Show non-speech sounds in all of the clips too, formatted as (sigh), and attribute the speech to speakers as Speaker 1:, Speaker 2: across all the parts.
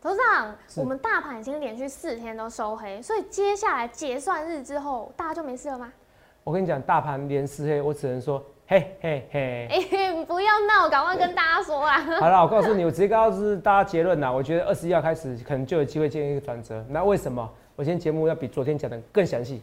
Speaker 1: 董事长，
Speaker 2: 是
Speaker 1: 我们大盘已经连续四天都收黑，所以接下来结算日之后，大家就没事了吗？ (laughs)
Speaker 2: 我跟你讲，大盘连四黑，我只能说嘿嘿嘿。
Speaker 1: 哎、你不要闹，赶快跟大家说啊啦。
Speaker 2: 好了，我告诉你，我直接告诉大家结论啦。我觉得二十一号开始可能就有机会见一个转折。那为什么？我今天节目要比昨天讲的更详细。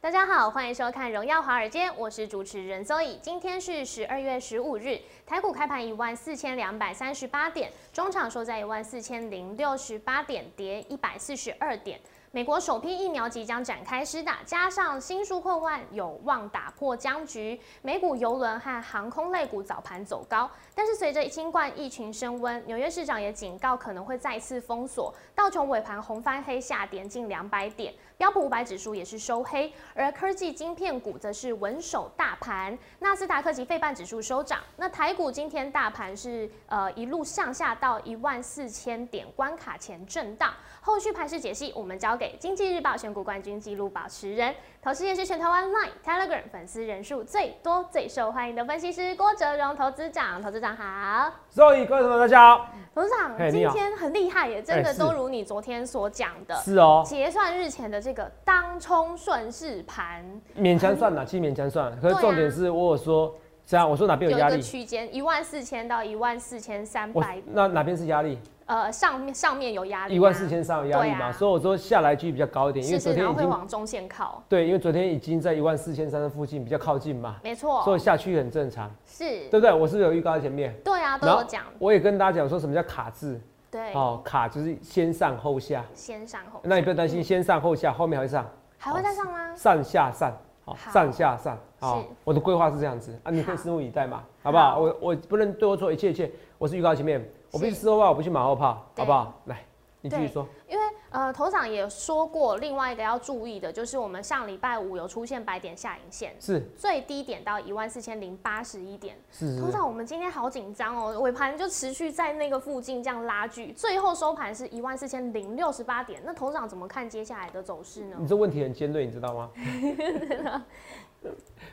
Speaker 1: 大家好，欢迎收看《荣耀华尔街》，我是主持人 Zoe。今天是十二月十五日，台股开盘一万四千两百三十八点，中场收在一万四千零六十八点，跌一百四十二点。美国首批疫苗即将展开施打，加上新纾困案有望打破僵局，美股邮轮和航空类股早盘走高，但是随着新冠疫情升温，纽约市长也警告可能会再次封锁。道琼尾盘红翻黑下跌近两百点，标普五百指数也是收黑，而科技晶片股则是稳守大盘。纳斯达克及费半指数收涨，那台股今天大盘是呃一路上下到一万四千点关卡前震荡。后续盘势解析，我们交给经济日报选股冠军纪录保持人，同时也是全台湾 Line、Telegram 粉丝人数最多、最受欢迎的分析师郭哲荣投资长。投资长好，
Speaker 2: 所以各位朋友大家好，
Speaker 1: 董事长
Speaker 2: 嘿你
Speaker 1: 今
Speaker 2: 好
Speaker 1: 天很厉害耶，真
Speaker 2: 哎
Speaker 1: 的
Speaker 2: 是
Speaker 1: 都如你昨天所讲的，
Speaker 2: 是哦，
Speaker 1: 结算日前的这个当冲顺势盘
Speaker 2: 勉强算了，其实勉强算了。可是
Speaker 1: 对啊
Speaker 2: 重点是我有说，这样我说哪边
Speaker 1: 有
Speaker 2: 有
Speaker 1: 一
Speaker 2: 压
Speaker 1: 个
Speaker 2: 力？
Speaker 1: 区间一万四千到一万四千三
Speaker 2: 我
Speaker 1: 百，
Speaker 2: 那哪边是压力？
Speaker 1: 呃，上面上面有压力、
Speaker 2: 一万四，千三有压力
Speaker 1: 啊对啊
Speaker 2: 嘛，所以我说下来距比较高一点，因为
Speaker 1: 是
Speaker 2: 昨
Speaker 1: 是，
Speaker 2: 天
Speaker 1: 然后
Speaker 2: 已
Speaker 1: 会
Speaker 2: 经
Speaker 1: 往中线靠，
Speaker 2: 对，因为昨天已经在一万四千三的附近比较靠近嘛，
Speaker 1: 没
Speaker 2: 所
Speaker 1: 错
Speaker 2: 以，下去很正常，
Speaker 1: 哦是，
Speaker 2: 对不对？我是不是有预告在前面？
Speaker 1: 对啊，都
Speaker 2: 然
Speaker 1: 有
Speaker 2: 后
Speaker 1: 讲，
Speaker 2: 我也跟大家讲说什么叫卡字，
Speaker 1: 对，
Speaker 2: 哦，卡就是先上后下，
Speaker 1: 先上后，
Speaker 2: 那你不要担心，先上后下，后面还会上，
Speaker 1: 还会再上吗？
Speaker 2: 上下上，好，
Speaker 1: 好
Speaker 2: 上下上，好
Speaker 1: 是，
Speaker 2: 我的规划是这样子啊，你可以
Speaker 1: 好
Speaker 2: 拭目以待嘛，好不好？
Speaker 1: 好
Speaker 2: 我我不能对我做一切一切，我是预告前面，我必须
Speaker 1: 是
Speaker 2: 事后话，我不去马后炮，
Speaker 1: 对
Speaker 2: 好不好？来，你继续
Speaker 1: 对
Speaker 2: 说，
Speaker 1: 因为呃，头长也说过，另外一个要注意的就是，我们上礼拜五有出现白点下影线，
Speaker 2: 是
Speaker 1: 最低点到一万四千零八十一点。
Speaker 2: 是是
Speaker 1: 头
Speaker 2: 是。
Speaker 1: 长，我们今天好紧张哦，尾盘就持续在那个附近这样拉锯，最后收盘是一万四千零六十八点。那头长怎么看接下来的走势呢？
Speaker 2: 你这问题很尖锐，你知道吗？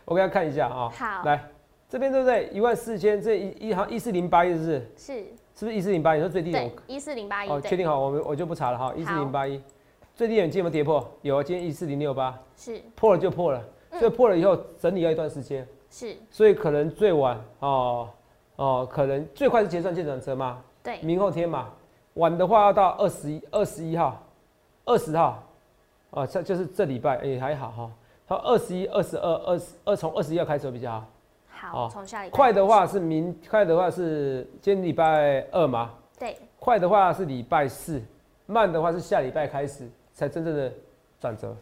Speaker 2: 我给大家看一下
Speaker 1: (laughs)
Speaker 2: 啊、
Speaker 1: 好
Speaker 2: 来这边对不对？一万四千，这一一好一四零八一是不是？
Speaker 1: 是，
Speaker 2: 是不是一四零八？你说最低点
Speaker 1: 对，一四零八
Speaker 2: 我？
Speaker 1: 一，
Speaker 2: 哦，确
Speaker 1: 对，
Speaker 2: 定好，我们我就不查了哈，一四零八一，最低点今天有没有跌破？有啊，今天一四零六八，
Speaker 1: 是
Speaker 2: 破了就破了，
Speaker 1: 嗯
Speaker 2: 所以破了以后整理要一段时间，
Speaker 1: 是，
Speaker 2: 所以可能最晚哦哦，可能最快是结算见转车嘛，
Speaker 1: 对，
Speaker 2: 明后天嘛，晚的话要到二十一、二十一号、二十号，啊，这就是这礼拜也、还好哈。到二十一、二十二、二十二，从二十一号开始会比较好。
Speaker 1: 好，
Speaker 2: 哦
Speaker 1: 从下礼拜
Speaker 2: 快的话是明，快的话是今天礼拜二嘛，
Speaker 1: 开始，对，
Speaker 2: 快的话是礼拜四，慢的话是下礼拜开始才真正的转折。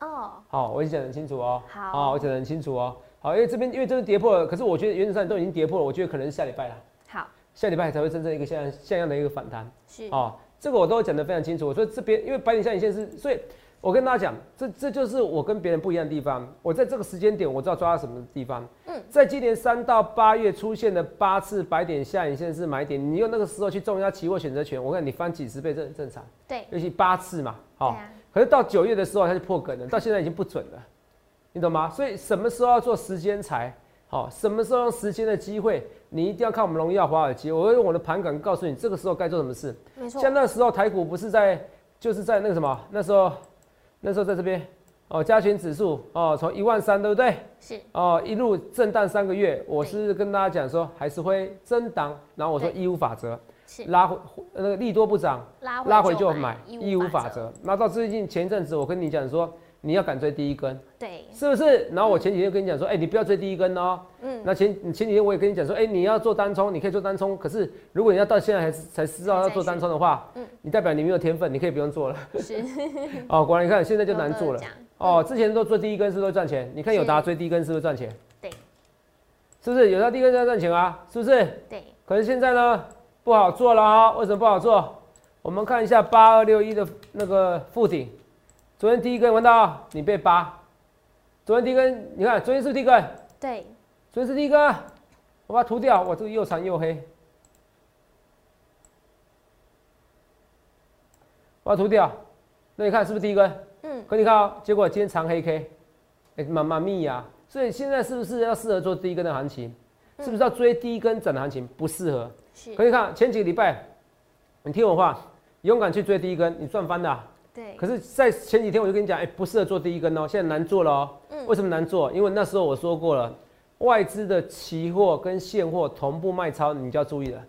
Speaker 1: 哦，
Speaker 2: 好，我已经讲得很清楚哦。
Speaker 1: 好
Speaker 2: 啊我讲得很清楚哦。好，因为这边因为这边跌破了，可是我觉得原则上都已经跌破了，我觉得可能是下礼拜了，
Speaker 1: 好，
Speaker 2: 下礼拜才会真正一个像样像样的一个反弹。
Speaker 1: 是，
Speaker 2: 哦，这个我都讲得非常清楚。我说这边因为白点下影线是，所以我跟大家讲，这这就是我跟别人不一样的地方。我在这个时间点，我知道抓到什么地方。
Speaker 1: 嗯
Speaker 2: 嗯，在今年三到八月出现的八次白点下影线是买点，你用那个时候去重压期货选择权，我看你翻几十倍，这很正常。
Speaker 1: 对，
Speaker 2: 尤其八次嘛，
Speaker 1: 对
Speaker 2: 好、
Speaker 1: 啊，
Speaker 2: 可是到九月的时候它就破梗了，到现在已经不准了，你懂吗？所以什么时候要做时间财？好、什么时候用时间的机会？你一定要看我们荣耀华尔街，我会用我的盘感告诉你这个时候该做什么事。
Speaker 1: 没错，
Speaker 2: 像那时候台股不是在，就是在那个什么，那时候，那时候在这边，哦，加权指数哦，从一万三对不对？
Speaker 1: 是，
Speaker 2: 哦，一路震荡三个月，我是跟大家讲说还是会震荡，然后我说
Speaker 1: 对
Speaker 2: 义务法则，
Speaker 1: 是啊
Speaker 2: 拉回那个利多不涨，
Speaker 1: 拉
Speaker 2: 拉回
Speaker 1: 回
Speaker 2: 就买，
Speaker 1: 一
Speaker 2: 义务法，则。那到最近前一阵子我跟你讲说。你要敢追第一根，
Speaker 1: 对，
Speaker 2: 是不是？然后我前几天就跟你讲说，哎、你不要追第一根哦。
Speaker 1: 嗯，
Speaker 2: 那前前几天我也跟你讲说，哎、你要做单冲，你可以做单冲，可是如果你要到现在还是才知道要做单冲的话，
Speaker 1: 嗯
Speaker 2: 你代表你没有天分，你可以不用
Speaker 1: (laughs)
Speaker 2: 做了。
Speaker 1: 是，
Speaker 2: (laughs) 哦，果然你看现在就难做了
Speaker 1: 有得。讲
Speaker 2: 哦，之前都做第一根是不是都赚钱？你看友达追第一根是不是赚钱？
Speaker 1: 对
Speaker 2: 是不是友达第一根在赚钱啊？是不是？
Speaker 1: 对，
Speaker 2: 可是现在呢不好做了啊、为什么不好做？我们看一下八二六一的那个附顶，昨天第一根闻到你被扒，昨天第一根你看昨天是不是第一根？
Speaker 1: 对，
Speaker 2: 所以是第一个啊，我把它涂掉，我这个又长又黑，我把它涂掉，那你看是不是第一根？
Speaker 1: 嗯，
Speaker 2: 可你看哦，结果今天长黑 K，哎，妈妈咪呀！所以现在是不是要适合做第一根的行情？是不是要追第一根涨的行情？不适合。
Speaker 1: 是
Speaker 2: 可，你看前几个礼拜，你听我话，勇敢去追第一根，你赚翻了啊、
Speaker 1: 对，
Speaker 2: 可是，在前几天我就跟你讲，哎、不适合做第一根哦，现在难做了哦。
Speaker 1: 嗯
Speaker 2: 为什么难做？因为那时候我说过了，外资的期货跟现货同步卖超，你就要注意了，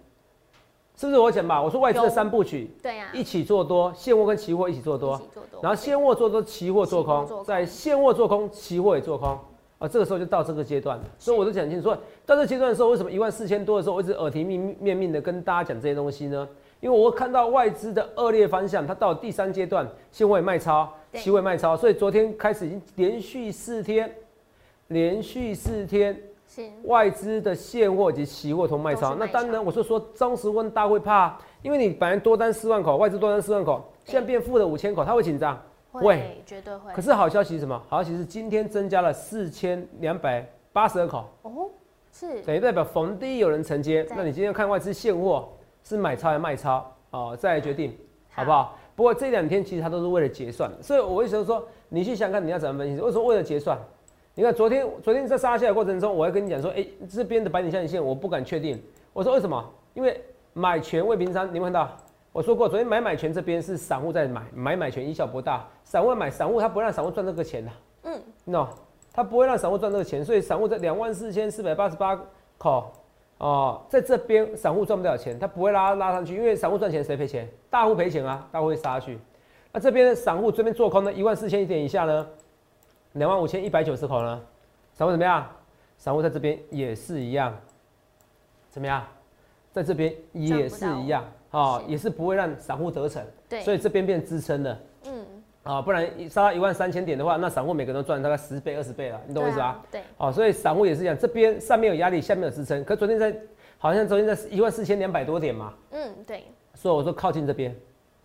Speaker 2: 是不是我讲吧？我说外资的
Speaker 1: 有
Speaker 2: 三部曲
Speaker 1: 对呀，
Speaker 2: 一起做多，现货跟期货一起做多
Speaker 1: 一，起做多
Speaker 2: 然后现货做多，期货做
Speaker 1: 期货
Speaker 2: 空
Speaker 1: 做，空
Speaker 2: 在现货做空，期货也做空。啊，这个时候就到这个阶段了，所以我都讲清楚，说到这阶段的时候，为什么一万四千多的时候，我一直耳提面面命的跟大家讲这些东西呢？因为我看到外资的恶劣方向，它到了第三阶段，现货也卖超，
Speaker 1: 对
Speaker 2: 期货也卖超，所以昨天开始已经连续四天，连续四天
Speaker 1: 是
Speaker 2: 外资的现货以及期货同
Speaker 1: 嗯
Speaker 2: 卖
Speaker 1: 都是
Speaker 2: 超。
Speaker 1: 卖
Speaker 2: 那当
Speaker 1: 超
Speaker 2: 然，我是说当时问大家会怕，因为你本来多单四万口，外资多单四万口，
Speaker 1: 对
Speaker 2: 现在变负了五千口，他会紧张。
Speaker 1: 会，绝对会
Speaker 2: 可。是好消息是什么？好消息是今天增加了四千两百八十二口，
Speaker 1: 哦，是
Speaker 2: 等于代表逢低有人承接
Speaker 1: 对。
Speaker 2: 那你今天看外资现货是买超还是卖超哦，再来决定好不好？不过这两天其实它都是为了结算，所以我为什么说你去想看你要怎么分析？为什么为了结算？你看昨天昨天在杀下来的过程中，我还跟你讲说，哎、这边的白点下影线我不敢确定。我说为什么？因为买权未平仓，你们看到我说过，昨天买买权这边是散户在买，买买权影响不大，散户买散户他不会让散户赚这个钱的、
Speaker 1: 嗯，
Speaker 2: no，他不会让散户赚这个钱，所以散户在两万四千四百八十八口哦，在这边散户赚不了钱，他不会拉拉上去，因为散户赚钱谁赔钱？大户赔钱啊，大户会杀下去。那这边散户这边做空呢，一万四千一点以下呢，两万五千一百九十口呢，散户怎么样？散户在这边也是一样，怎么样？在这边也是一样哦，
Speaker 1: 是
Speaker 2: 也是不会让散户得逞，
Speaker 1: 对，
Speaker 2: 所以这边变支撑了。
Speaker 1: 嗯，
Speaker 2: 啊，不然一杀到一万三千点的话，那散户每个人都赚大概十倍、二十倍了，你懂我意思
Speaker 1: 对
Speaker 2: 吧？
Speaker 1: 啊？对，
Speaker 2: 哦，所以散户也是一样，这边上面有压力，下面有支撑。可昨天在，好像昨天在一万四千两百多点嘛，
Speaker 1: 嗯，对，
Speaker 2: 所以我说靠近这边，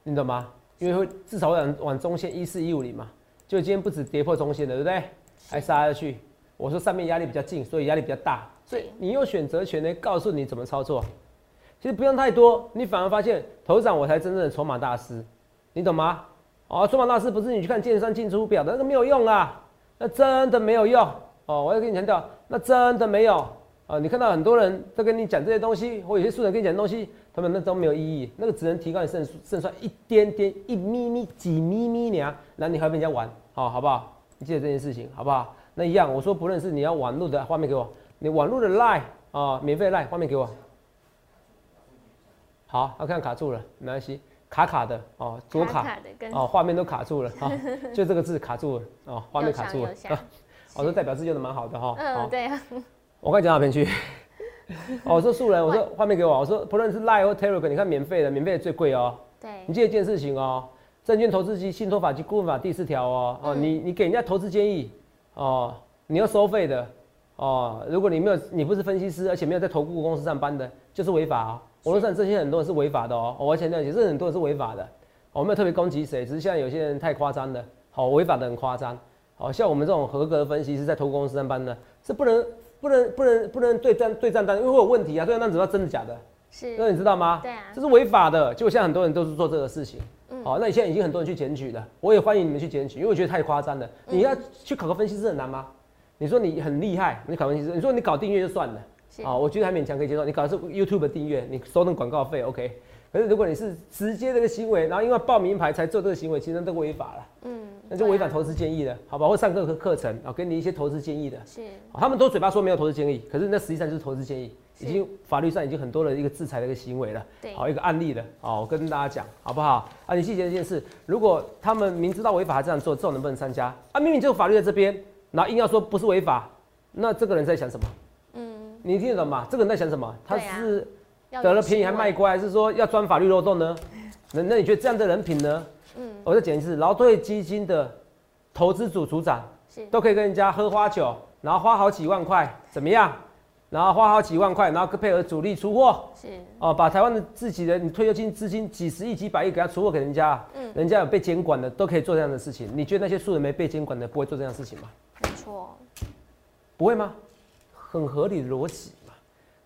Speaker 2: 你懂吗？因为会至少会往往中线一四一五零嘛，就今天不止跌破中线的，对不对？还杀下去。我说上面压力比较近，所以压力比较大，所以
Speaker 1: 对
Speaker 2: 你有选择权呢，告诉你怎么操作。其实不用太多，你反而发现头涨我才真正的筹码大师，你懂吗？哦，筹码大师不是你去看建商进出表的那个没有用啦，那真的没有用哦。我要跟你强调，那真的没有啊、哦你看到很多人在跟你讲这些东西，或有些素人跟你讲的东西，他们那都没有意义，那个只能提高你胜算胜算一点点，一咪咪几咪咪娘，然后你还被人家玩，哦好、好不好？你记得这件事情好不好？那一样，我说不论是你要网络的画面给我，你网络的 line 啊、免费 line 画面给我。好，他、看卡住了，没关系，卡卡的哦，左
Speaker 1: 卡
Speaker 2: 卡
Speaker 1: 卡的跟
Speaker 2: 哦，画面都卡住了哈、 (laughs) 哦就这个字卡住了哦，画面卡住了
Speaker 1: 右。上右下
Speaker 2: 我说代表字用的蛮好的哈、哦
Speaker 1: 嗯，对啊，
Speaker 2: 我刚讲到哪
Speaker 1: (laughs)
Speaker 2: 边去？哦，我说素人，我说画面给我，我说不论是 Line 或 Telegram，你看免费的，免费的最贵哦。
Speaker 1: 对
Speaker 2: 你，记得一件事情哦，《证券投资及信托法及顾问法》第四条哦，哦，
Speaker 1: 嗯
Speaker 2: 你你给人家投资建议，哦，你要收费的，哦，如果你没有，你不是分析师，而且没有在投顾公司上班的，就是违法哦。网络上这些很多人是违法的哦，哦我要强调一下，这很多人是违法的，哦我没有特别攻击谁，只是现在有些人太夸张了，好、违法的很夸张，好、像我们这种合格的分析师在投顾公司上班的，是不能不能不能不能对账对账单，因为会有问题啊，对账单只要真的假的，
Speaker 1: 是，
Speaker 2: 那你知道吗？
Speaker 1: 对啊
Speaker 2: 这，是违法的。结果现在很多人都是做这个事情。
Speaker 1: 嗯
Speaker 2: 好、那现在已经很多人去检举了，我也欢迎你们去检举，因为我觉得太夸张了。
Speaker 1: 嗯
Speaker 2: 你要去考个分析师很难吗？你说你很厉害，你考分析师，你说你搞订阅就算了，
Speaker 1: 是
Speaker 2: 啊、我觉得还勉强可以接受。你搞的是 YouTube 的订阅，你收那广告费 OK。可是如果你是直接这个行为，然后因为报名牌才做这个行为，其实那都违法了，
Speaker 1: 嗯，
Speaker 2: 那就违反
Speaker 1: 对啊
Speaker 2: 投资建议了，好吧？或上课课程啊、给你一些投资建议的。
Speaker 1: 是，
Speaker 2: 哦他们都嘴巴说没有投资建议，可是那实际上就是投资建议，
Speaker 1: 是
Speaker 2: 已经法律上已经很多的一个制裁的一个行为了，
Speaker 1: 对
Speaker 2: 好一个案例了，好，我跟大家讲好不好？啊，你记得一件事，如果他们明知道违法还这样做，这种能不能参加？啊，明明这个法律在这边，然后硬要说不是违法，那这个人在想什么？
Speaker 1: 嗯，
Speaker 2: 你听得懂吗？这个人在想什么？他
Speaker 1: 对啊
Speaker 2: 是
Speaker 1: 要
Speaker 2: 得
Speaker 1: 有啊
Speaker 2: 了便宜
Speaker 1: 行
Speaker 2: 还
Speaker 1: 为
Speaker 2: 卖，乖，还是说要钻法律漏洞呢？那那你觉得这样的人品呢？
Speaker 1: 嗯，
Speaker 2: 我再讲一次，劳退基金的投资组组长
Speaker 1: 是，
Speaker 2: 都可以跟人家喝花酒，然后花好几万块，怎么样？然后花好几万块，然后配合主力出货，
Speaker 1: 是，
Speaker 2: 哦，把台湾的自己的你退休金资金几十亿、几百亿给他出货给人家，
Speaker 1: 嗯
Speaker 2: 人家有被监管的都可以做这样的事情。你觉得那些素人没被监管的不会做这样的事情吗？
Speaker 1: 没错，
Speaker 2: 不会吗？很合理的逻辑嘛。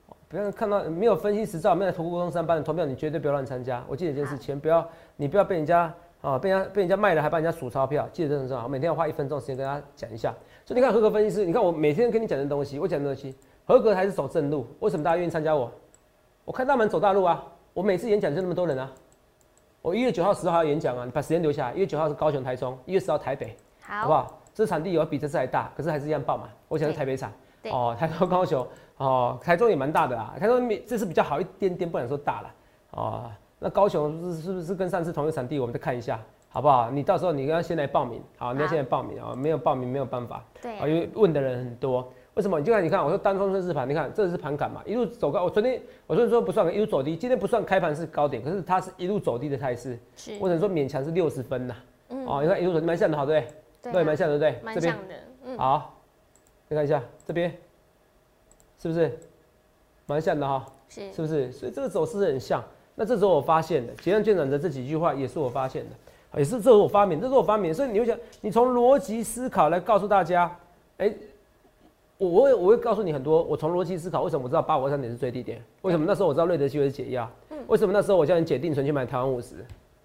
Speaker 2: 哦不要看到没有分析执照、没有在投顾公司上班的投票，你绝对不要乱参加。我记得一件事情，不要你不要被人家啊，被人家被人家卖了还帮人家数钞票，记得很重要。每天要花一分钟时间跟大家讲一下。所以你看合格分析师，你看我每天跟你讲的东西，我讲的东西，合格还是走正路？为什么大家愿意参加我？我开大门走大路啊！我每次演讲就那么多人啊！我一月九号、十号还要演讲啊，你把时间留下来。一月九号是高雄、台中，一月十号台北，好不
Speaker 1: 好，
Speaker 2: 好？这场地有比这次还大，可是还是一样爆满。我想是
Speaker 1: 对
Speaker 2: 台北场，
Speaker 1: 对
Speaker 2: 哦，台中、高雄，哦，台中也蛮大的啦。台中比这次比较好一点点，不能说大了，哦。那高雄是是不是跟上次同一场地？我们再看一下，好不好？你到时候你要先来报名，好，你要
Speaker 1: 好
Speaker 2: 先来报名啊、没有报名没有办法。
Speaker 1: 对
Speaker 2: 啊，因为问的人很多。为什么？你就看，你看，我说单峰顺势盘，你看这是盘感嘛，一路走高。我昨天我昨天说不算，一路走低，今天不算开盘是高点，可是它是一路走低的态势，
Speaker 1: 是
Speaker 2: 我，只能说勉强是六十分呐、
Speaker 1: 嗯
Speaker 2: 哦，你看一路走低，蛮像的，好对不对？对，
Speaker 1: 啊
Speaker 2: 蛮像的，对不对？
Speaker 1: 蛮像的，嗯，
Speaker 2: 好，你看一下这边，是不是蛮像的哈、
Speaker 1: 是
Speaker 2: 是不是？所以这个走势很像。那这时候我发现的，结论见长的这几句话也是我发现的，也是这是我发明，这是我发明。所以你会想，你从逻辑思考来告诉大家，哎、我我会我会告诉你很多，我从逻辑思考，为什么我知道八五三点是最低点？为什么那时候我知道瑞德西韦是解压？为什么那时候我叫你解定存去买台湾五十？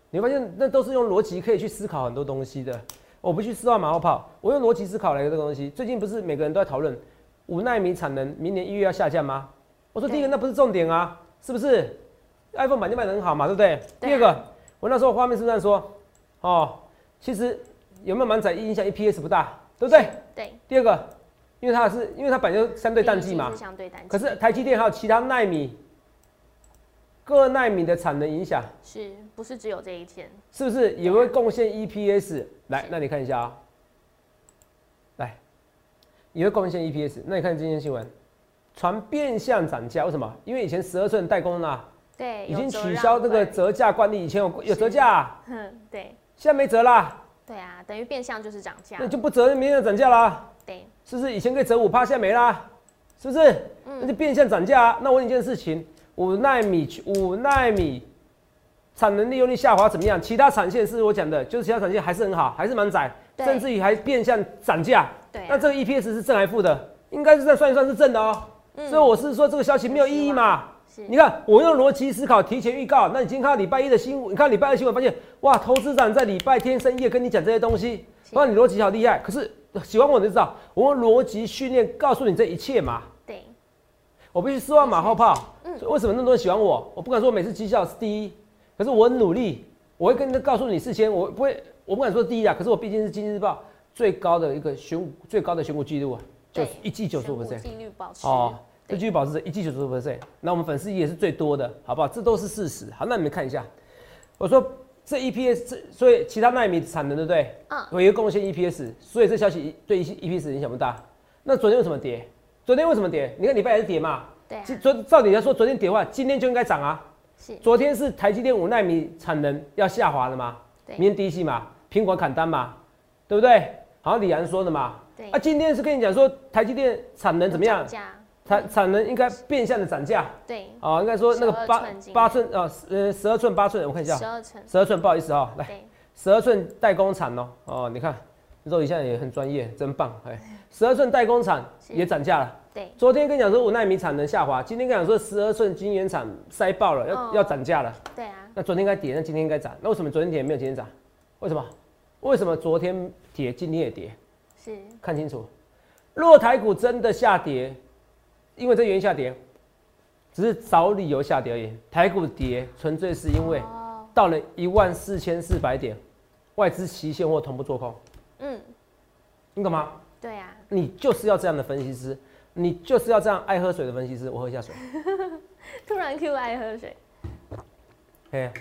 Speaker 2: 你会发现那都是用逻辑可以去思考很多东西的。我不去思考马后炮，我用逻辑思考来这个东西。最近不是每个人都在讨论五纳米产能明年一月要下降吗？我说
Speaker 1: 对
Speaker 2: 第一个那不是重点啊，是不是？iPhone 版就卖得很好嘛，对不对？
Speaker 1: 对啊
Speaker 2: 第二个，我那时候画面是不是这样说？哦，其实有没有满载影响 EPS 不大，对不对？
Speaker 1: 对，
Speaker 2: 第二个，因为它是因为它本来就相对淡季嘛
Speaker 1: 是，相对淡季，
Speaker 2: 可是台积电还有其他纳米、各纳米的产能影响，
Speaker 1: 是不是只有这一件？
Speaker 2: 是不是也会贡献 EPS？来，那你看一下啊、来，也会贡献 EPS。那你看今天新闻，船变相涨价，为什么？因为以前十二寸代工啦、
Speaker 1: 对，
Speaker 2: 已
Speaker 1: 哎有
Speaker 2: 经
Speaker 1: 折
Speaker 2: 取
Speaker 1: 让
Speaker 2: 消这
Speaker 1: 会，
Speaker 2: 个折价惯例，以前有有
Speaker 1: 是
Speaker 2: 折价啊、
Speaker 1: 哼对
Speaker 2: 现在没折啦，
Speaker 1: 对啊，等于变相就是涨价
Speaker 2: 那，就不折，明天就涨价啦。
Speaker 1: 对，
Speaker 2: 是不是以前可以折五趴，现在没啦？是不是？
Speaker 1: 嗯
Speaker 2: 那就变相涨价啊。那我问你一件事情：五纳米、五纳米产能利用率下滑怎么样？其他产线是我讲的，就是其他产线还是很好，还是蛮窄，
Speaker 1: 对
Speaker 2: 甚至于还变相涨价。
Speaker 1: 对啊
Speaker 2: 那这个 EPS 是正还负的？应该是再算一算是正的哦。
Speaker 1: 嗯
Speaker 2: 所以我是说这个消息没有意义嘛。嗯
Speaker 1: 是
Speaker 2: 你看，我用逻辑思考，提前预告。那你今天看到礼拜一的新闻，你看礼拜二新闻，发现哇，投资长在礼拜天深夜跟你讲这些东西，
Speaker 1: 是
Speaker 2: 哇，你逻辑好厉害。可是喜欢我的就知道，我用逻辑训练告诉你这一切嘛。
Speaker 1: 对
Speaker 2: 我必须说完马后炮。所以为什么那么多人喜欢我？我不敢说我每次绩效是第一，可是我很努力，我会跟他告诉你事先，我不会，我不敢说第一啊，可是我毕竟是《经济日报》最高的一个选股最高的选股记录啊，
Speaker 1: 对，
Speaker 2: 就是一季九十五
Speaker 1: 生物。
Speaker 2: percent
Speaker 1: 纪律保持
Speaker 2: 哦，这
Speaker 1: 对
Speaker 2: 继续保持着一季九十五 percent，那我们粉丝也是最多的，好不好？这都是事实。好，那你们看一下，我说这 EPS，这所以其他纳米产能对不对？
Speaker 1: 嗯
Speaker 2: 我有贡献 EPS，所以这消息对 EPS 影响不大。那昨天为什么跌？昨天为什么跌？你看礼拜还是跌嘛？
Speaker 1: 对啊
Speaker 2: 今昨照理来说，昨天跌的话，今天就应该涨啊。
Speaker 1: 是
Speaker 2: 昨天是台积电五纳米产能要下滑了嘛？
Speaker 1: 对
Speaker 2: 明天第一季嘛，苹果砍单嘛，对不对？好像李安说的嘛。
Speaker 1: 对
Speaker 2: 啊，今天是跟你讲说台积电产能怎么样
Speaker 1: 有涨？价
Speaker 2: 产产能应该变相的涨价
Speaker 1: 对，
Speaker 2: 啊，应该说那个
Speaker 1: 12
Speaker 2: 八
Speaker 1: 寸今年
Speaker 2: 八寸啊，呃十二寸八寸，我看一下
Speaker 1: 十，二层，
Speaker 2: 十二寸不好意思啊、来
Speaker 1: 对
Speaker 2: 十二寸代工厂哦，哦你看肉姨现在也很专业，真棒哎，十二寸代工厂
Speaker 1: 是
Speaker 2: 也涨价了。
Speaker 1: 对
Speaker 2: 昨天跟你讲说五纳米产能下滑，今天跟你讲说十二寸晶圆厂塞爆了，要、
Speaker 1: 哦
Speaker 2: 要涨价了。
Speaker 1: 对啊，
Speaker 2: 那昨天应该跌，那今天应该涨，那为什么昨天跌没有今天涨？为什么？为什么昨天跌今天也跌？
Speaker 1: 是
Speaker 2: 看清楚，若台股真的下跌，因为这原因下跌，只是找理由下跌而已。台股跌纯粹是因为
Speaker 1: 哦，
Speaker 2: 到了一万四千四百点，外资期现或同步做空，
Speaker 1: 嗯，
Speaker 2: 你懂吗？
Speaker 1: 对啊，
Speaker 2: 你就是要这样的分析师，你就是要这样爱喝水的分析师。我喝一下水，
Speaker 1: 突然 Q 爱喝水，
Speaker 2: 嘿，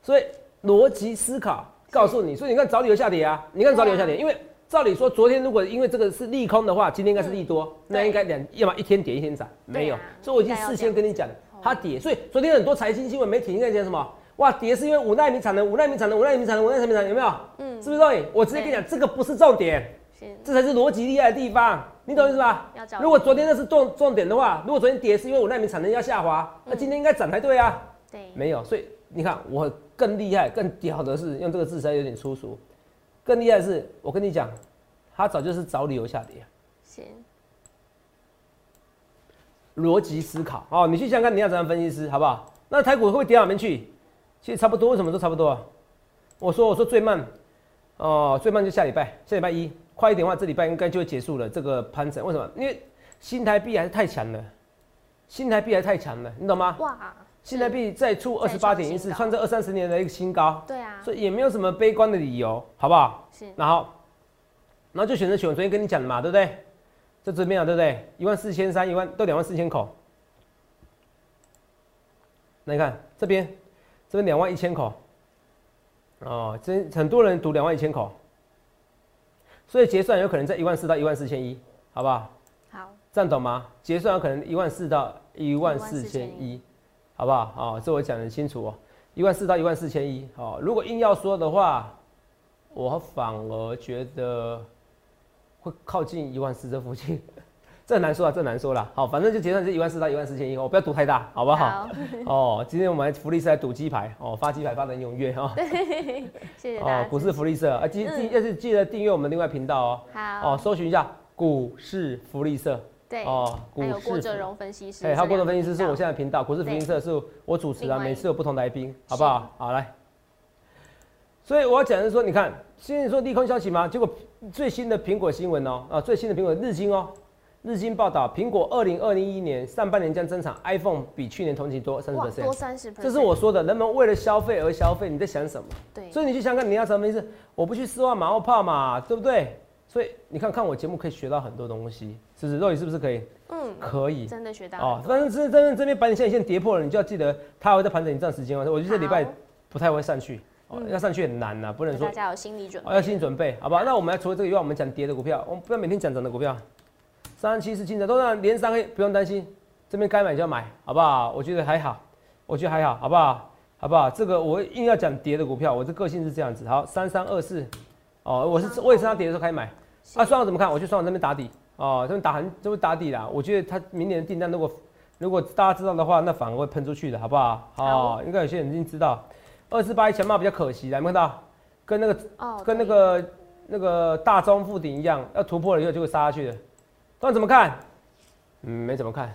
Speaker 2: 所以逻辑思考告诉你，所以你看找理由下跌啊，你看找理由下跌，因为照理说昨天如果因为这个是利空的话，今天应该是利多，
Speaker 1: 嗯
Speaker 2: 那
Speaker 1: 对
Speaker 2: 应该两要么一天跌一天涨，没有，
Speaker 1: 对啊
Speaker 2: 所以我已经
Speaker 1: 应该要
Speaker 2: 事
Speaker 1: 这样
Speaker 2: 先跟你讲
Speaker 1: 哦，
Speaker 2: 它跌，所以昨天很多财经新闻媒体应该讲什么？哇，跌是因为五纳米产能，五纳米产能，五纳米产能，五纳米产能，有没有？
Speaker 1: 嗯
Speaker 2: 是不是赵颖？我直接跟你讲，这个不是重点，
Speaker 1: 是
Speaker 2: 这才是逻辑厉害的地方，你懂意思吧
Speaker 1: 要找？
Speaker 2: 如果昨天那是重重点的话，如果昨天跌是因为五纳米产能要下滑，
Speaker 1: 嗯
Speaker 2: 那今天应该涨才对啊。
Speaker 1: 对
Speaker 2: 没有，所以你看我更厉害、更屌的是用这个字实在有点粗俗，更厉害的是我跟你讲，他早就是找理由下跌，
Speaker 1: 是
Speaker 2: 逻辑思考哦，你去想想看你要怎样分析师好不好？那台股会不会跌到哪边去？其实差不多，为什么都差不多啊？我说我说最慢，哦、最慢就下礼拜，下礼拜一，快一点的话，这礼拜应该就会结束了这个盘整。为什么？因为新台币还是太强了，新台币还是太强了，你懂吗？
Speaker 1: 哇，
Speaker 2: 新台币再出二十八点一
Speaker 1: 再
Speaker 2: 四，
Speaker 1: 创新高
Speaker 2: 创这二三十年的一个新高，
Speaker 1: 对啊，
Speaker 2: 所以也没有什么悲观的理由，好不好？
Speaker 1: 是
Speaker 2: 然后，然后就选择选我昨天跟你讲的嘛，对不对？在这边啊，对不对？一万四千三，一万到两万四千口。那你看这边，这边两万一千口。哦，真很多人读两万一千口，所以结算有可能在一万四到一万四千一，好不好？
Speaker 1: 好，
Speaker 2: 这样懂吗？结算有可能一万四到一万四千一，好不好？哦，这我讲得清楚哦，一万四到一万四千一。哦，如果硬要说的话，我反而觉得会靠近一万四这附近， (laughs) 这很难说啊，这很难说啦。好，反正就结算是一万四到一万四千一，我哦不要赌太大，好不好？ (laughs) 哦，今天我们福利社来赌鸡排，哦，发鸡排发的很踊跃哈。
Speaker 1: 谢谢大家
Speaker 2: 哦
Speaker 1: 支持。，
Speaker 2: 股市福利社，啊，记记要是记得订阅我们另外频道哦。
Speaker 1: 好，
Speaker 2: 哦，搜寻一下股市福利社。
Speaker 1: 对，
Speaker 2: 哦，股
Speaker 1: 还有
Speaker 2: 市
Speaker 1: 郭
Speaker 2: 福
Speaker 1: 哲荣分析师，
Speaker 2: 哎，还有郭总分析师是我
Speaker 1: 这
Speaker 2: 现在的频道，股市福利社是我主持
Speaker 1: 另
Speaker 2: 啊，
Speaker 1: 外一
Speaker 2: 每次有不同来宾，好不好？好来，所以我要讲的是说，你看，现在说利空消息嘛，结果最新的苹果新闻哦，啊，最新的苹果日经哦，日经报道，苹果二零二零一年上半年将增产 iPhone 比去年同期多三
Speaker 1: 两
Speaker 2: 十
Speaker 1: 档哇多
Speaker 2: percent，
Speaker 1: 三十 p
Speaker 2: 这是我说的，人们为了消费而消费，你在想什么？
Speaker 1: 对，
Speaker 2: 所以你去想想看，你要什么意思？我不去丝袜马后炮嘛，对不对？所以你看看我节目可以学到很多东西，是不是？肉宇是不是可以？
Speaker 1: 嗯，
Speaker 2: 可以。
Speaker 1: 真的学到
Speaker 2: 哦
Speaker 1: 很，多
Speaker 2: 但是这真的这边白点线已经跌破了，你就要记得它还会再盘整一段时间哦。我觉得这礼拜
Speaker 1: 好嗯
Speaker 2: 不太会上去，哦要上去很难呐、不能说
Speaker 1: 大家有心理准备
Speaker 2: 哦，要心理准备，好不好？那我们来除了这个以外，我们讲跌的股票，我们不要每天讲涨的股票。三三七是金涨，都然连三黑，不用担心，这边该买就要买，好不好？我觉得还好，我觉得还好，好不好？好不好？这个我硬要讲跌的股票，我这个性是这样子。好，三三二四，哦，我是我也是它跌的时候开始买。啊，双阳怎么看？我去双阳那边打底，哦，这边打很，这边打底啦。我觉得它明年的订单如果如果大家知道的话，那反而会喷出去的，好不好？
Speaker 1: 好
Speaker 2: 哦，应该有些人已经知道。二四八一强茂比较可惜啦，有没有看到？跟那个
Speaker 1: 哦，
Speaker 2: 跟那
Speaker 1: 对
Speaker 2: 个那个大中附顶一样，要突破了以后就会杀下去的。那怎么看？嗯，没怎么看。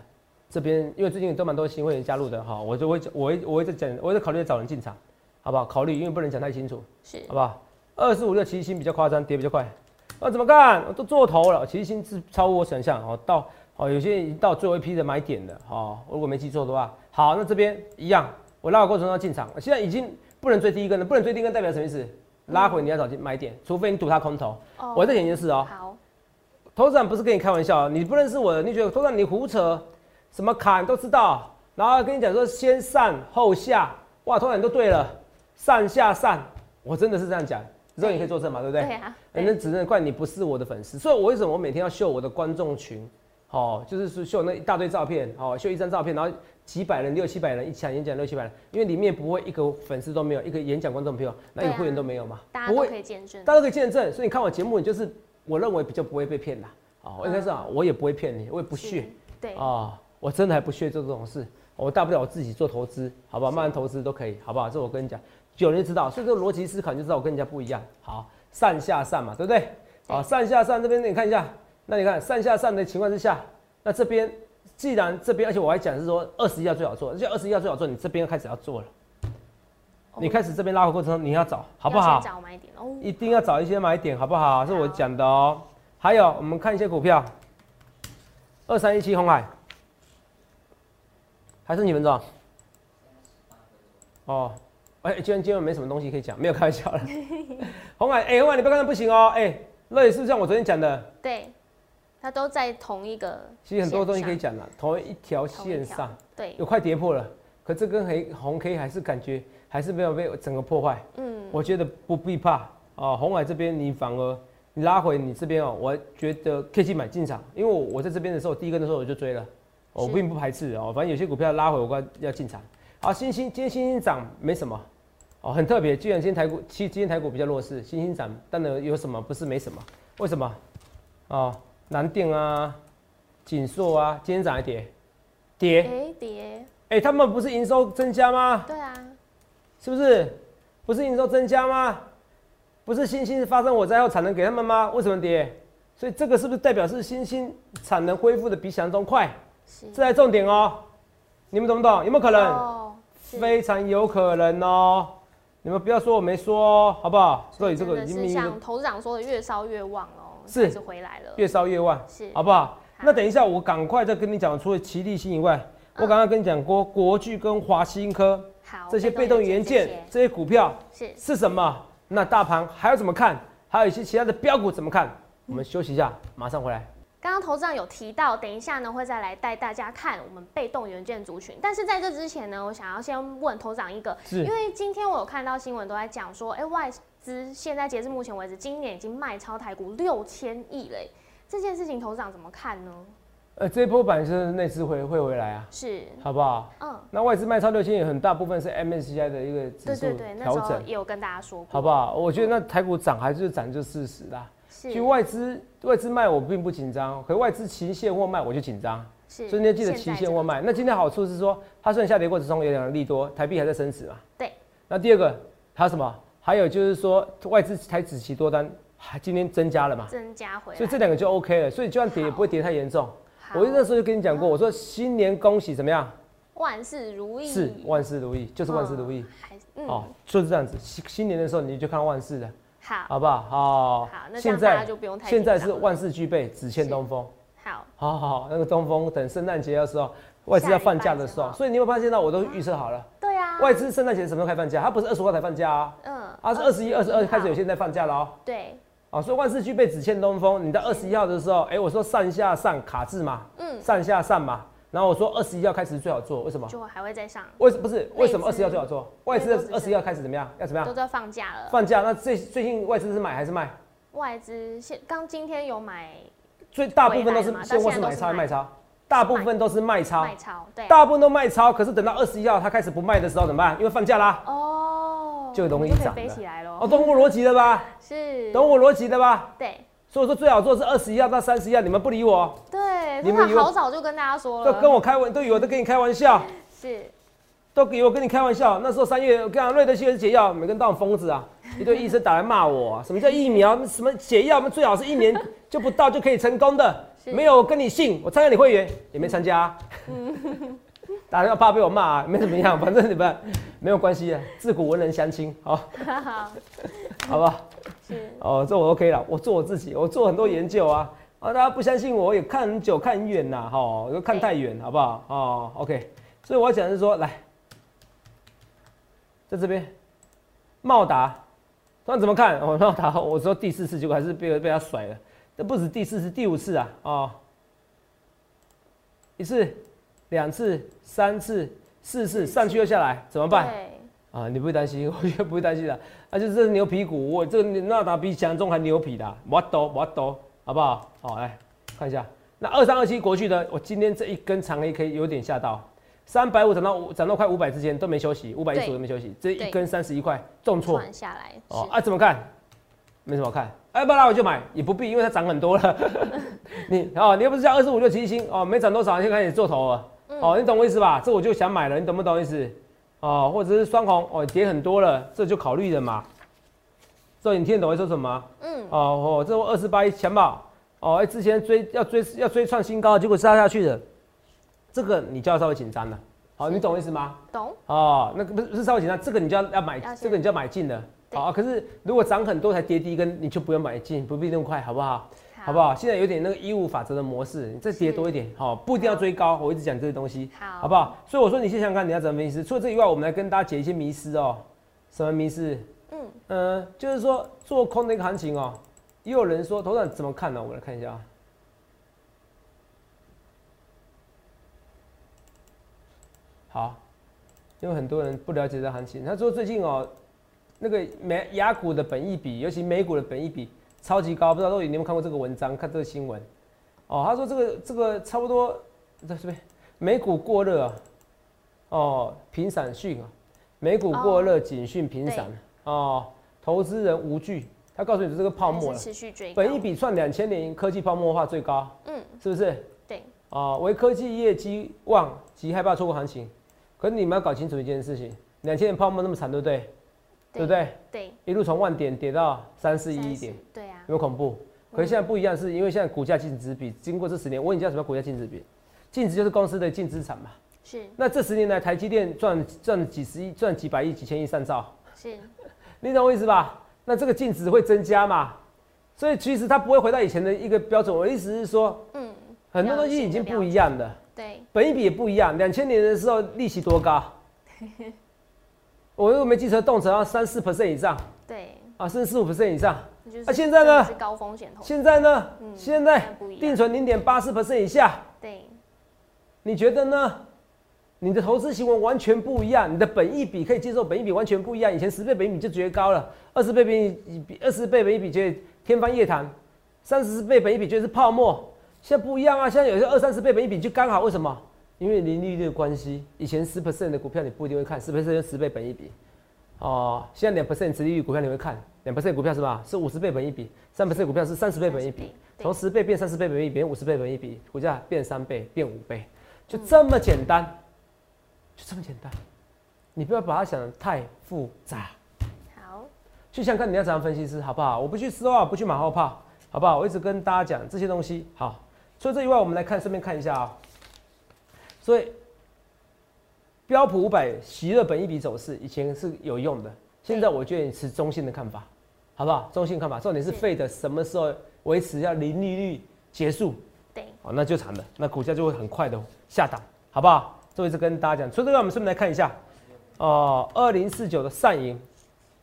Speaker 2: 这边因为最近都蛮多新会员加入的哈，我就会我会我会再讲，我会再考虑找人进场，好不好？考虑，因为不能讲太清楚，
Speaker 1: 是
Speaker 2: 好不好？二四五六七星比较夸张，跌比较快。那怎么看？我都做头了，七星是超乎我想象哦，到哦有些人已经到最后一批的买点了哦，如果没记错的话，好，那这边一样，我拉的过程中要进场，现在已经不能追第一根了，不能追第一根代表什么意思？拉回你要找进买点，除非你赌它空头。
Speaker 1: 哦
Speaker 2: 我再讲一件事哦，
Speaker 1: 好，
Speaker 2: 投资长不是跟你开玩笑哦，你不认识我的，你觉得投资长你胡扯，什么卡你都知道，然后跟你讲说先上后下，哇，投资长你都对了，上下上，我真的是这样讲，之后你可以作证嘛，对不对？嗯
Speaker 1: 对啊，
Speaker 2: 人
Speaker 1: 对
Speaker 2: 家只能怪你不是我的粉丝，所以我为什么我每天要秀我的观众群？哦，就是说秀那一大堆照片，哦，秀一张照片，然后几百人、六七百人一起来演讲，六七百人，因为里面不会一个粉丝都没有，一个演讲观众朋友，那一个
Speaker 1: 对啊
Speaker 2: 会员都没有嘛，
Speaker 1: 大家
Speaker 2: 不
Speaker 1: 都
Speaker 2: 会
Speaker 1: 可以见证，
Speaker 2: 大家都可以见证，所以你看我节目，你就是我认为比较不会被骗啦。哦，我应该
Speaker 1: 嗯
Speaker 2: 是啊，我也不会骗你，我也不屑
Speaker 1: 是，对，
Speaker 2: 啊，我真的还不屑做这种事。我大不了我自己做投资，好不好？
Speaker 1: 是
Speaker 2: 慢慢投资都可以，好不好？这我跟你讲，有人就知道，所以这个逻辑思考你就知道我跟人家不一样。好，上下上嘛，对不对？好，上下上这边你看一下，那你看上下上的情况之下，那这边既然这边，而且我还讲是说二十一要最好做，而且二十一要最好做，你这边开始要做了，
Speaker 1: 哦
Speaker 2: 你开始这边拉回过程中你要找，好不
Speaker 1: 要
Speaker 2: 好
Speaker 1: 先？找买点哦，
Speaker 2: 一定要找一些买点，好不好？是我
Speaker 1: 好
Speaker 2: 讲的哦。还有，我们看一些股票，二三一七红海，还剩几分钟？哦，哎、今天今天没什么东西可以讲，没有开
Speaker 1: (laughs)
Speaker 2: 玩笑了。红海，哎、红海你不要看不行哦，哎、那也是不是像我昨天讲的，
Speaker 1: 对，它都在同一个线上，
Speaker 2: 其实很多东西可以讲了，同一条线上
Speaker 1: 同一条，对，
Speaker 2: 有快跌破了，可这根黑红 K 还是感觉还是没有被整个破坏。
Speaker 1: 嗯，
Speaker 2: 我觉得不必怕哦。红海这边你反而你拉回你这边哦，我觉得可以去买进场，因为我我在这边的时候，第一根的时候我就追了，我
Speaker 1: 是
Speaker 2: 并不排斥哦。反正有些股票拉回我该要进场。好，星星今天星星涨没什么哦，很特别。既然今天台股，其实今天台股比较弱势，星星涨，但呢有什么不是没什么？为什么？哦，南电啊，锦硕啊，今天涨还跌，跌。
Speaker 1: 哎跌，
Speaker 2: 哎、他们不是营收增加吗？
Speaker 1: 对啊，
Speaker 2: 是不是？不是营收增加吗？不是新兴发生火灾后产能给他们吗？为什么跌？所以这个是不是代表是新兴产能恢复的比想象中快？
Speaker 1: 是，
Speaker 2: 这才重点哦，你们懂不懂？有没有可能？
Speaker 1: 哦，是
Speaker 2: 非常有可能哦。你们不要说我没说哦，好不好？所以这
Speaker 1: 真
Speaker 2: 个
Speaker 1: 的
Speaker 2: 已经
Speaker 1: 是
Speaker 2: 命运
Speaker 1: 像投资长说的，越烧越旺哦，
Speaker 2: 是
Speaker 1: 开始回来了，
Speaker 2: 越烧越旺，
Speaker 1: 是
Speaker 2: 好不好？那等一下，我赶快再跟你讲，除了奇力新以外，
Speaker 1: 嗯
Speaker 2: 我刚刚跟你讲过国巨跟华新科
Speaker 1: 好
Speaker 2: 这些被动元
Speaker 1: 哦
Speaker 2: 件这些股票
Speaker 1: 这些是
Speaker 2: 是什么？那大盘还要怎么看？还有一些其他的标股怎么看？我们休息一下，马上回来。
Speaker 1: 刚刚投资长有提到，等一下呢会再来带大家看我们被动元件族群。但是在这之前呢，我想要先问投资长一个，
Speaker 2: 是
Speaker 1: 因为今天我有看到新闻都在讲说，哎、外资现在截至目前为止，今年已经卖超台股六千亿嘞，这件事情投资长怎么看呢？
Speaker 2: 呃，这一波板是内资会会回来啊，
Speaker 1: 是，
Speaker 2: 好不好？
Speaker 1: 嗯，
Speaker 2: 那外资卖超六千也很大部分是 MSCI 的一个指
Speaker 1: 对对
Speaker 2: 数
Speaker 1: 对，那
Speaker 2: 调
Speaker 1: 时候
Speaker 2: 整，
Speaker 1: 也有跟大家说过，
Speaker 2: 好不好？我觉得那台股涨还是涨就事实啦。
Speaker 1: 是
Speaker 2: 其实外资外资卖我并不紧张，可外资期现货卖我就紧张。
Speaker 1: 是，
Speaker 2: 所以你要记得期限或
Speaker 1: 我
Speaker 2: 卖。那今天好处是说，它虽然下跌过程中有两个利多，哦台币还在升值嘛。
Speaker 1: 对。
Speaker 2: 那第二个，它什么？还有就是说，外资台子期多单还今天增加了嘛，
Speaker 1: 增加回来，
Speaker 2: 所以这两个就 OK 了。所以就算跌也不会跌太严重。
Speaker 1: 好嗯
Speaker 2: 我那时候就跟你讲过，我说新年恭喜怎么样？
Speaker 1: 万事如意，
Speaker 2: 是万事如意，就是万事如意。
Speaker 1: 还嗯、
Speaker 2: 哦，就是这样子。新新年的时候你就看到万事了，
Speaker 1: 好
Speaker 2: 好不好？好。
Speaker 1: 好那这样
Speaker 2: 现
Speaker 1: 大家
Speaker 2: 在
Speaker 1: 就不用太
Speaker 2: 现在
Speaker 1: 紧
Speaker 2: 是
Speaker 1: 张了
Speaker 2: 万事俱备，只欠东风。
Speaker 1: 好
Speaker 2: 好好好，那个东风等圣诞节的时候，外资要放假的时
Speaker 1: 下礼拜之
Speaker 2: 候，
Speaker 1: 后
Speaker 2: 所以你有没有发现到我都预设好了，
Speaker 1: 对啊，
Speaker 2: 外资圣诞节什么时候开放假？它不是二十号才放假啊，
Speaker 1: 嗯
Speaker 2: 它是二十一、二十二开始有
Speaker 1: 号
Speaker 2: 些在放假了哦。
Speaker 1: 对，
Speaker 2: 啊，所以万事俱备，只欠东风。你到二十一号的时候，哎、我说上下上卡制嘛，
Speaker 1: 嗯，
Speaker 2: 上下上嘛，然后我说二十一号开始最好做，为什么？
Speaker 1: 就还会再上，
Speaker 2: 为不是为什
Speaker 1: 内
Speaker 2: 么二
Speaker 1: 资
Speaker 2: 十一号最好做？外
Speaker 1: 因
Speaker 2: 资
Speaker 1: 为都
Speaker 2: 二
Speaker 1: 只
Speaker 2: 十
Speaker 1: 是
Speaker 2: 一号开始怎么样？要怎么
Speaker 1: 都
Speaker 2: 样？
Speaker 1: 在放假了。
Speaker 2: 哦放假？那最最近外资是买还是卖？
Speaker 1: 外资现刚今天有买
Speaker 2: 最大部分都
Speaker 1: 回来
Speaker 2: 是
Speaker 1: 嘛
Speaker 2: 现货是
Speaker 1: 到现在都
Speaker 2: 买
Speaker 1: 是
Speaker 2: 超还是
Speaker 1: 卖
Speaker 2: 卖超？大部分都是卖超。
Speaker 1: 卖超，对啊、
Speaker 2: 大部分都卖超，可是等到二十一号它开始不卖的时候怎么办？因为放假啦，
Speaker 1: 哦，
Speaker 2: 就容
Speaker 1: 我们
Speaker 2: 易
Speaker 1: 可以
Speaker 2: 涨
Speaker 1: 飞
Speaker 2: 了
Speaker 1: 起来
Speaker 2: 哦，
Speaker 1: 喽。
Speaker 2: 懂我逻辑了吧？
Speaker 1: 是，
Speaker 2: 懂我逻辑了吧？
Speaker 1: 对
Speaker 2: 所以我说最好做是二十一号到三十一号，你们不理我，
Speaker 1: 对，
Speaker 2: 你
Speaker 1: 通
Speaker 2: 们以
Speaker 1: 常
Speaker 2: 为
Speaker 1: 好早就跟大家说
Speaker 2: 都
Speaker 1: 了，
Speaker 2: 跟我开玩，都以为都跟你开玩笑，
Speaker 1: 是
Speaker 2: 都以为我跟你开玩笑。那时候三月，我跟你讲瑞德西韦是解药，每个人当我疯子啊，一堆医生打来骂我、什么叫疫苗，什么解药，我们最好是一年就不到就可以成功的，
Speaker 1: 是
Speaker 2: 没有我跟你信，我参加你会员也没参加、啊，
Speaker 1: 嗯
Speaker 2: (laughs) 打电话怕被我骂、啊，没怎么样，反正你们没有关系啊，自古文人相亲，好。好不好？
Speaker 1: 是，
Speaker 2: 哦，这我 OK 了，我做我自己，我做很多研究啊。啊，大家不相信我，我也看很久，看很远呐，哈、哦，我就看太远，好不好？哦，OK。所以我要讲的是说，来，在这边，茂达，那怎么看？ (laughs) 哦，茂达，我说第四次，结果还是被被他甩了。这不止第四次，第五次啊，哦，一次、两次、三次、四次，上去又下来，怎么办？
Speaker 1: 对，
Speaker 2: 啊，你不会担心， (laughs) 我觉得不会担心的。啊，就是这是牛皮股，我这个纳达比强中还牛皮的啊，我抖我抖，好不好？好，来看一下，那二三二七国巨呢？我今天这一根长黑 K 有点吓到，三百五涨到五，涨到快五百之间都没休息，五百一十
Speaker 1: 对
Speaker 2: 五都没休息，这
Speaker 1: 对
Speaker 2: 一根三十一块重挫
Speaker 1: 转下来
Speaker 2: 哦，
Speaker 1: 是，
Speaker 2: 啊，怎么看？没什么好看，哎、不然我就买，也不必，因为它涨很多了。 (laughs) 你哦，你又不是像二十五六七星哦，没涨多少你就开始做头了。哦，你懂我意思吧？这我就想买了，你懂不懂意思？哦，或者是双红哦，跌很多了，这就考虑了嘛。这你听得懂我在说什么吗？
Speaker 1: 嗯，
Speaker 2: 哦哦，这二十八一强宝哦，哎之前追要追要追创新高，结果杀下去了，这个你就要稍微紧张了。好、你懂我意思吗？
Speaker 1: 懂，
Speaker 2: 哦，那个不是不是稍微紧张，这个你就要要买
Speaker 1: 要，先
Speaker 2: 这个你就要买进了。
Speaker 1: 对
Speaker 2: 好、啊，可是如果涨很多才跌第一根，你就不用买进，不必那么快，好不好？好不好？现在有点那个一五法则的模式，你再跌多一点，好、不一定要追高。我一直讲这些东西，
Speaker 1: 好
Speaker 2: 好不好？所以我说你先想想看你要怎么分析。除了这以外，我们来跟大家解一些迷思哦。什么迷思？
Speaker 1: 嗯，
Speaker 2: 嗯，就是说做空的一个行情哦，也有人说头场怎么看呢、我们来看一下啊。好，因为很多人不了解这行情，他说最近哦，那个美雅股的本益比，尤其美股的本益比超级高，不知道都有你有没有看过这个文章，看这个新闻哦，他说这个这个差不多在这边美股过热啊，哦，平散讯啊，美股过热，警讯平散哦，投资人无惧，他告诉你这个泡沫
Speaker 1: 还
Speaker 2: 了
Speaker 1: 是，持续追高，
Speaker 2: 本益比算两千年科技泡沫化最高，
Speaker 1: 嗯，
Speaker 2: 是不是？
Speaker 1: 对，
Speaker 2: 啊、为科技业绩旺及害怕错过行情。可是你们要搞清楚一件事情：两千年泡沫那么惨，对不对？对不对？
Speaker 1: 对，
Speaker 2: 一路从万点跌到三四一
Speaker 1: 30
Speaker 2: 一点，，
Speaker 1: 对啊，
Speaker 2: 有没有恐怖？可是现在不一样，是因为现在股价净值比经过这十年，我问你叫什么叫股价净值比？净值就是公司的净资产嘛。
Speaker 1: 是
Speaker 2: 那这十年来，台积电赚赚几十亿、赚几百亿、几千亿上兆，
Speaker 1: 是
Speaker 2: 你懂我意思吧？那这个净值会增加嘛？所以其实它不会回到以前的一个标准。我的意思是说，
Speaker 1: 嗯，
Speaker 2: 很多东西已经不一样了，
Speaker 1: 对，
Speaker 2: 本益比也不一样。两千年的时候利息多 (laughs) 高？我如果没记错，动辄要三四 percent 以上
Speaker 1: 对，
Speaker 2: 啊，甚至四五 percent 以上。
Speaker 1: 那就是
Speaker 2: 啊现在
Speaker 1: 真
Speaker 2: 呢
Speaker 1: 的是高风险投资，
Speaker 2: 现在呢？
Speaker 1: 嗯
Speaker 2: 现在
Speaker 1: 现在不一样
Speaker 2: 定存零点八四 percent 以下，
Speaker 1: 对，
Speaker 2: 你觉得呢？你的投资行为完全不一样，你的本益比可以接受，本益比完全不一样。以前十倍本益比就觉得高了，二十倍本益比，二十倍本益比觉得天方夜谭，三十倍本益比觉得是泡沫。现在不一样啊，现在有些二三十倍本益比就刚好，为什么？因为零利率的关系，以前十 percent 的股票你不一定会看，十 percent 十倍本益比，哦，现在两 percent 殖利率股票你会看，两 percent 股票是吧？是五十倍本益比，三 percent 股票是三十倍本益
Speaker 1: 30
Speaker 2: 比
Speaker 1: 倍，对
Speaker 2: 从十倍变三十倍本益比，变五十倍本益比，股价变三倍，变五倍，就这么简单，就这么简单，你不要把它想得太复杂。
Speaker 1: 好，
Speaker 2: 去想看你要怎样分析师，好不好？我不去说啊，不去马后炮，好不好？我一直跟大家讲这些东西。好，除了这以外，我们来看，顺便看一下啊、所以标普五百席勒本一笔走势以前是有用的，现在我觉得你持中性的看法，好不好？中性看法，重点是
Speaker 1: 是
Speaker 2: 费的什么时候维持要零利率结束，
Speaker 1: 对，
Speaker 2: 哦，那就惨了，那股价就会很快的下档，好不好？这我一直跟大家讲。除此之外，我们顺便来看一下，哦、2二零四九的上影，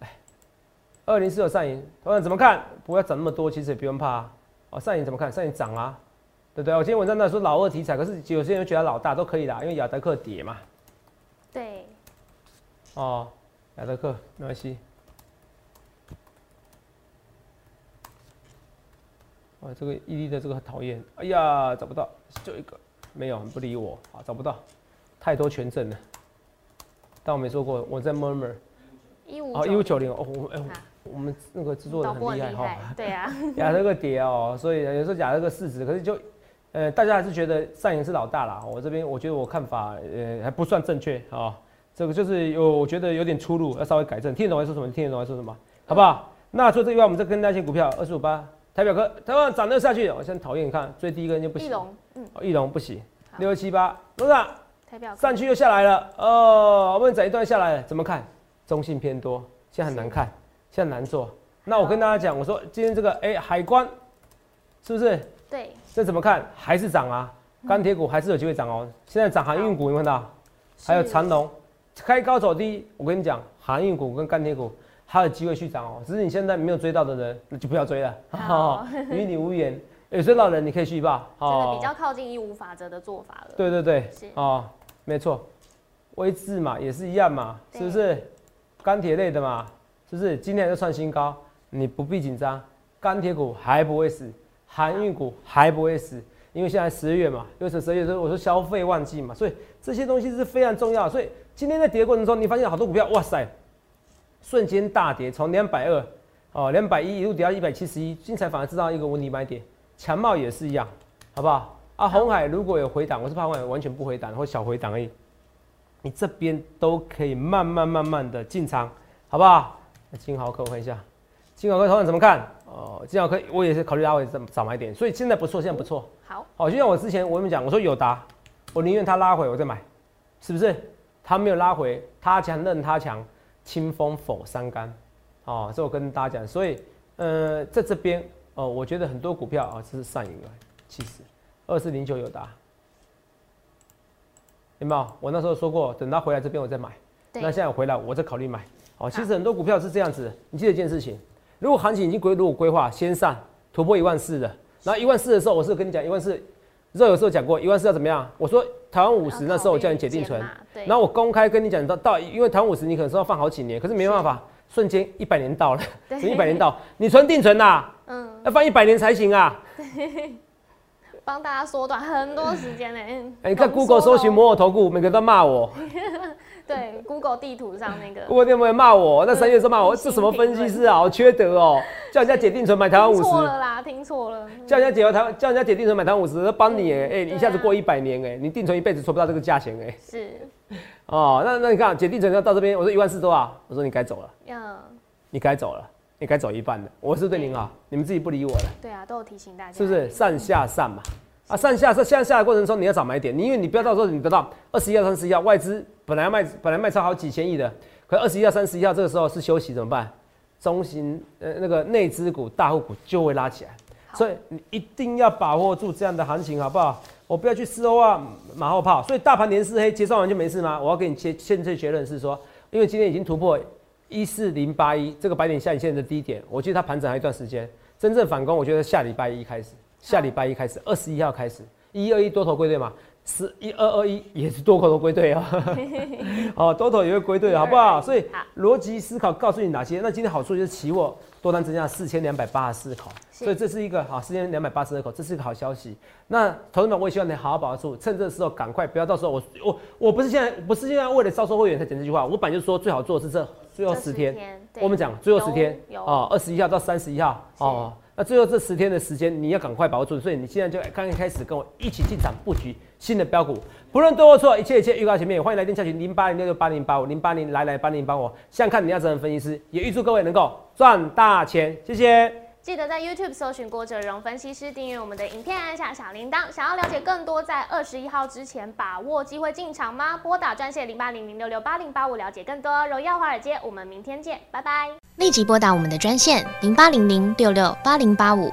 Speaker 2: 哎，二零四九上影，同样怎么看？不要涨那么多，其实也不用怕、啊。哦，上影怎么看？上影涨啊，对不对？我今天文章那说老二题材，可是有些人觉得老大都可以啦，因为雅德克跌嘛，
Speaker 1: 对，
Speaker 2: 哦，雅德克没关系。哇，这个伊利的这个很讨厌，哎呀，找不到，就一个，没有，不理我，啊，找不到，太多权证了。但我没说过，我在 murmur，
Speaker 1: 一五
Speaker 2: 哦，一五九零，哦，我哎、
Speaker 1: 啊
Speaker 2: 我我们那个制作
Speaker 1: 导
Speaker 2: 人
Speaker 1: 播
Speaker 2: 很
Speaker 1: 很
Speaker 2: 厉害哦
Speaker 1: 厉
Speaker 2: 哈。
Speaker 1: 害，对啊，
Speaker 2: 亚这个跌哦，所以有时候亚这个市值，可是就，呃，大家还是觉得上影是老大啦。我这边我觉得我看法，呃，还不算正确啊、哦。这个就是有我觉得有点出入，要稍微改正。听得懂我在说什么？听得懂我在说什么？好不好？那除了这以外，我们再跟那些股票二十五八台表哥，台湾涨得下去，我现在讨厌你看最低一根 (laughs) 就不
Speaker 1: 翼
Speaker 2: 行，
Speaker 1: 龙，嗯，
Speaker 2: 哦，翼龙不行，
Speaker 1: 好
Speaker 2: 六七八，罗大
Speaker 1: 台表
Speaker 2: 上去又下来了，哦，我们整一段下来了，怎么看？中性偏多，现在很难看，现在很难做。那我跟大家讲，我说今天这个哎、海关是不是？
Speaker 1: 对，
Speaker 2: 这怎么看？还是涨啊，
Speaker 1: 嗯
Speaker 2: 钢铁股还是有机会涨哦。现在涨航运股，有没有看到？还有
Speaker 1: 是
Speaker 2: 长龙，开高走低。我跟你讲，航运股跟钢铁股还有机会去涨哦。只是你现在没有追到的人，那就不要追了， (laughs)
Speaker 1: 好
Speaker 2: 与你无缘。有追到的人，你可以续报。哦
Speaker 1: 真的比较靠近一五法则的做法了，
Speaker 2: 对对对
Speaker 1: 是，
Speaker 2: 哦，没错，微智嘛也是一样嘛，
Speaker 1: 对
Speaker 2: 是不是？钢铁类的嘛，是不是？今天就创新高，你不必紧张，钢铁股还不会死，航运股还不会死，因为现在十月嘛，为什么十月？我说消费旺季嘛，所以这些东西是非常重要的。所以今天在跌的过程中，你发现好多股票，哇塞，瞬间大跌，从两百二哦两百一一路跌到一百七十一，精彩反而知道一个问题买点，强茂也是一样，好不好？啊，红海如果有回档，我是怕红海完全不回档或小回档而已，你这边都可以慢慢慢慢的进场，好不好？那金豪科我看一下，金豪科头上怎么看？哦，金豪科我也是考虑拉回怎早买点，所以现在不错，现在不错。
Speaker 1: 好，
Speaker 2: 哦，就像我之前我跟你们讲，我说友达，我宁愿它拉回我再买，是不是？它没有拉回，它强任它强，清风否三竿，哦，这我跟大家讲，所以呃，在这边哦，我觉得很多股票啊、哦、这是上影了，其实二四零九友达，有没有？我那时候说过，等它回来这边我再买，那
Speaker 1: 对
Speaker 2: 现，在我回来我再考虑买。哦，其实很多股票是这样子，你记得一件事情，如果行情已经规如果规划先上突破一万四的，然后一万四的时候，我是跟你讲一万四，肉有时候讲过一万四要怎么样？我说台湾五十那时候我叫你解定存
Speaker 1: 要，考虑减码对，
Speaker 2: 然后我公开跟你讲到到，因为台湾五十你可能说要放好几年，可是没办法，瞬间一百年到了，
Speaker 1: 对
Speaker 2: 一百年到，你存定存呐、
Speaker 1: 嗯，
Speaker 2: 要放一百年才行啊！
Speaker 1: 帮大家缩短很多时间呢，嗯
Speaker 2: 哎、你看
Speaker 1: 浓缩
Speaker 2: Google 搜寻
Speaker 1: 哦
Speaker 2: 摩尔投顾，每个都骂我，
Speaker 1: 嗯对，Google 地图上那个
Speaker 2: Google 店会骂我，那三月是骂我，
Speaker 1: 嗯
Speaker 2: 这什么分析师啊，好缺德哦，叫人家解定存买台湾五
Speaker 1: 听
Speaker 2: 十
Speaker 1: 错。了啦，听错了，嗯
Speaker 2: 叫人家解台湾，叫人家解定存买台湾五十，帮你哎、哎
Speaker 1: 对啊
Speaker 2: 一下子过一百年哎、你定存一辈子存不到这个价钱哎、
Speaker 1: 是，
Speaker 2: 哦，那那你看解定存要到这边，我说一万四多啊，我说你该走了，
Speaker 1: 嗯，
Speaker 2: 你该走了，你该走一半了，我是不是对您好，你们自己不理我了。
Speaker 1: 对啊，都有提醒大家，
Speaker 2: 是不是？上下上嘛？啊，上下上下下的过程中，你要找买点，你因为你不要到时候你得到二十一、二三十一，外资本来要卖本来卖超好几千亿的，可二十一号、三十一号这个时候是休息怎么办？中型呃那个内资股、大户股就会拉起来，所以你一定要把握住这样的行情，好不好？我不要去事后啊马后炮。所以大盘连四黑结算完就没事吗？我要给你切现最结论是说，因为今天已经突破一四零八一这个百点下影线的低点，我觉得它盘整还有一段时间，真正反攻我觉得下礼拜一开始，下礼拜一开始二十一号开始，一二一多头归队嘛。十一二二一也是多头的归队哦，
Speaker 1: (laughs)
Speaker 2: 哦，多头也会归队，好不好？所以
Speaker 1: 好
Speaker 2: 逻辑思考告诉你哪些。那今天好处就是期货多单增加四千两百八十四口，
Speaker 1: 是
Speaker 2: 所以这是一个好四千两百八十二口，这是一个好消息。那投资们，我也希望你好好把握住，趁这时候赶快，不要到时候我我我不是现在不是现在为了招收会员才讲这句话，我本来就说最好做的是这最后
Speaker 1: 这
Speaker 2: 十天，
Speaker 1: 对
Speaker 2: 我们讲最后十天
Speaker 1: 有有
Speaker 2: 哦，二十一号到三十一号
Speaker 1: 是
Speaker 2: 哦。那最后这十天的时间，你要赶快把握住，所以你现在就刚开始跟我一起进场布局新的标股，不论对或错，一切一切预告前面，也欢迎来电下询零八零六六八零八五零八零来来八零帮我，想看你要怎么分析师，也预祝各位能够赚大钱，谢谢。
Speaker 1: 记得在 YouTube 搜寻郭哲荣分析师，订阅我们的影片，按下小铃铛。想要了解更多在二十一号之前把握机会进场吗？拨打专线零八零零六六八零八五了解更多。荣耀华尔街，我们明天见，拜拜。
Speaker 3: 立即拨打我们的专线零八零零六六八零八五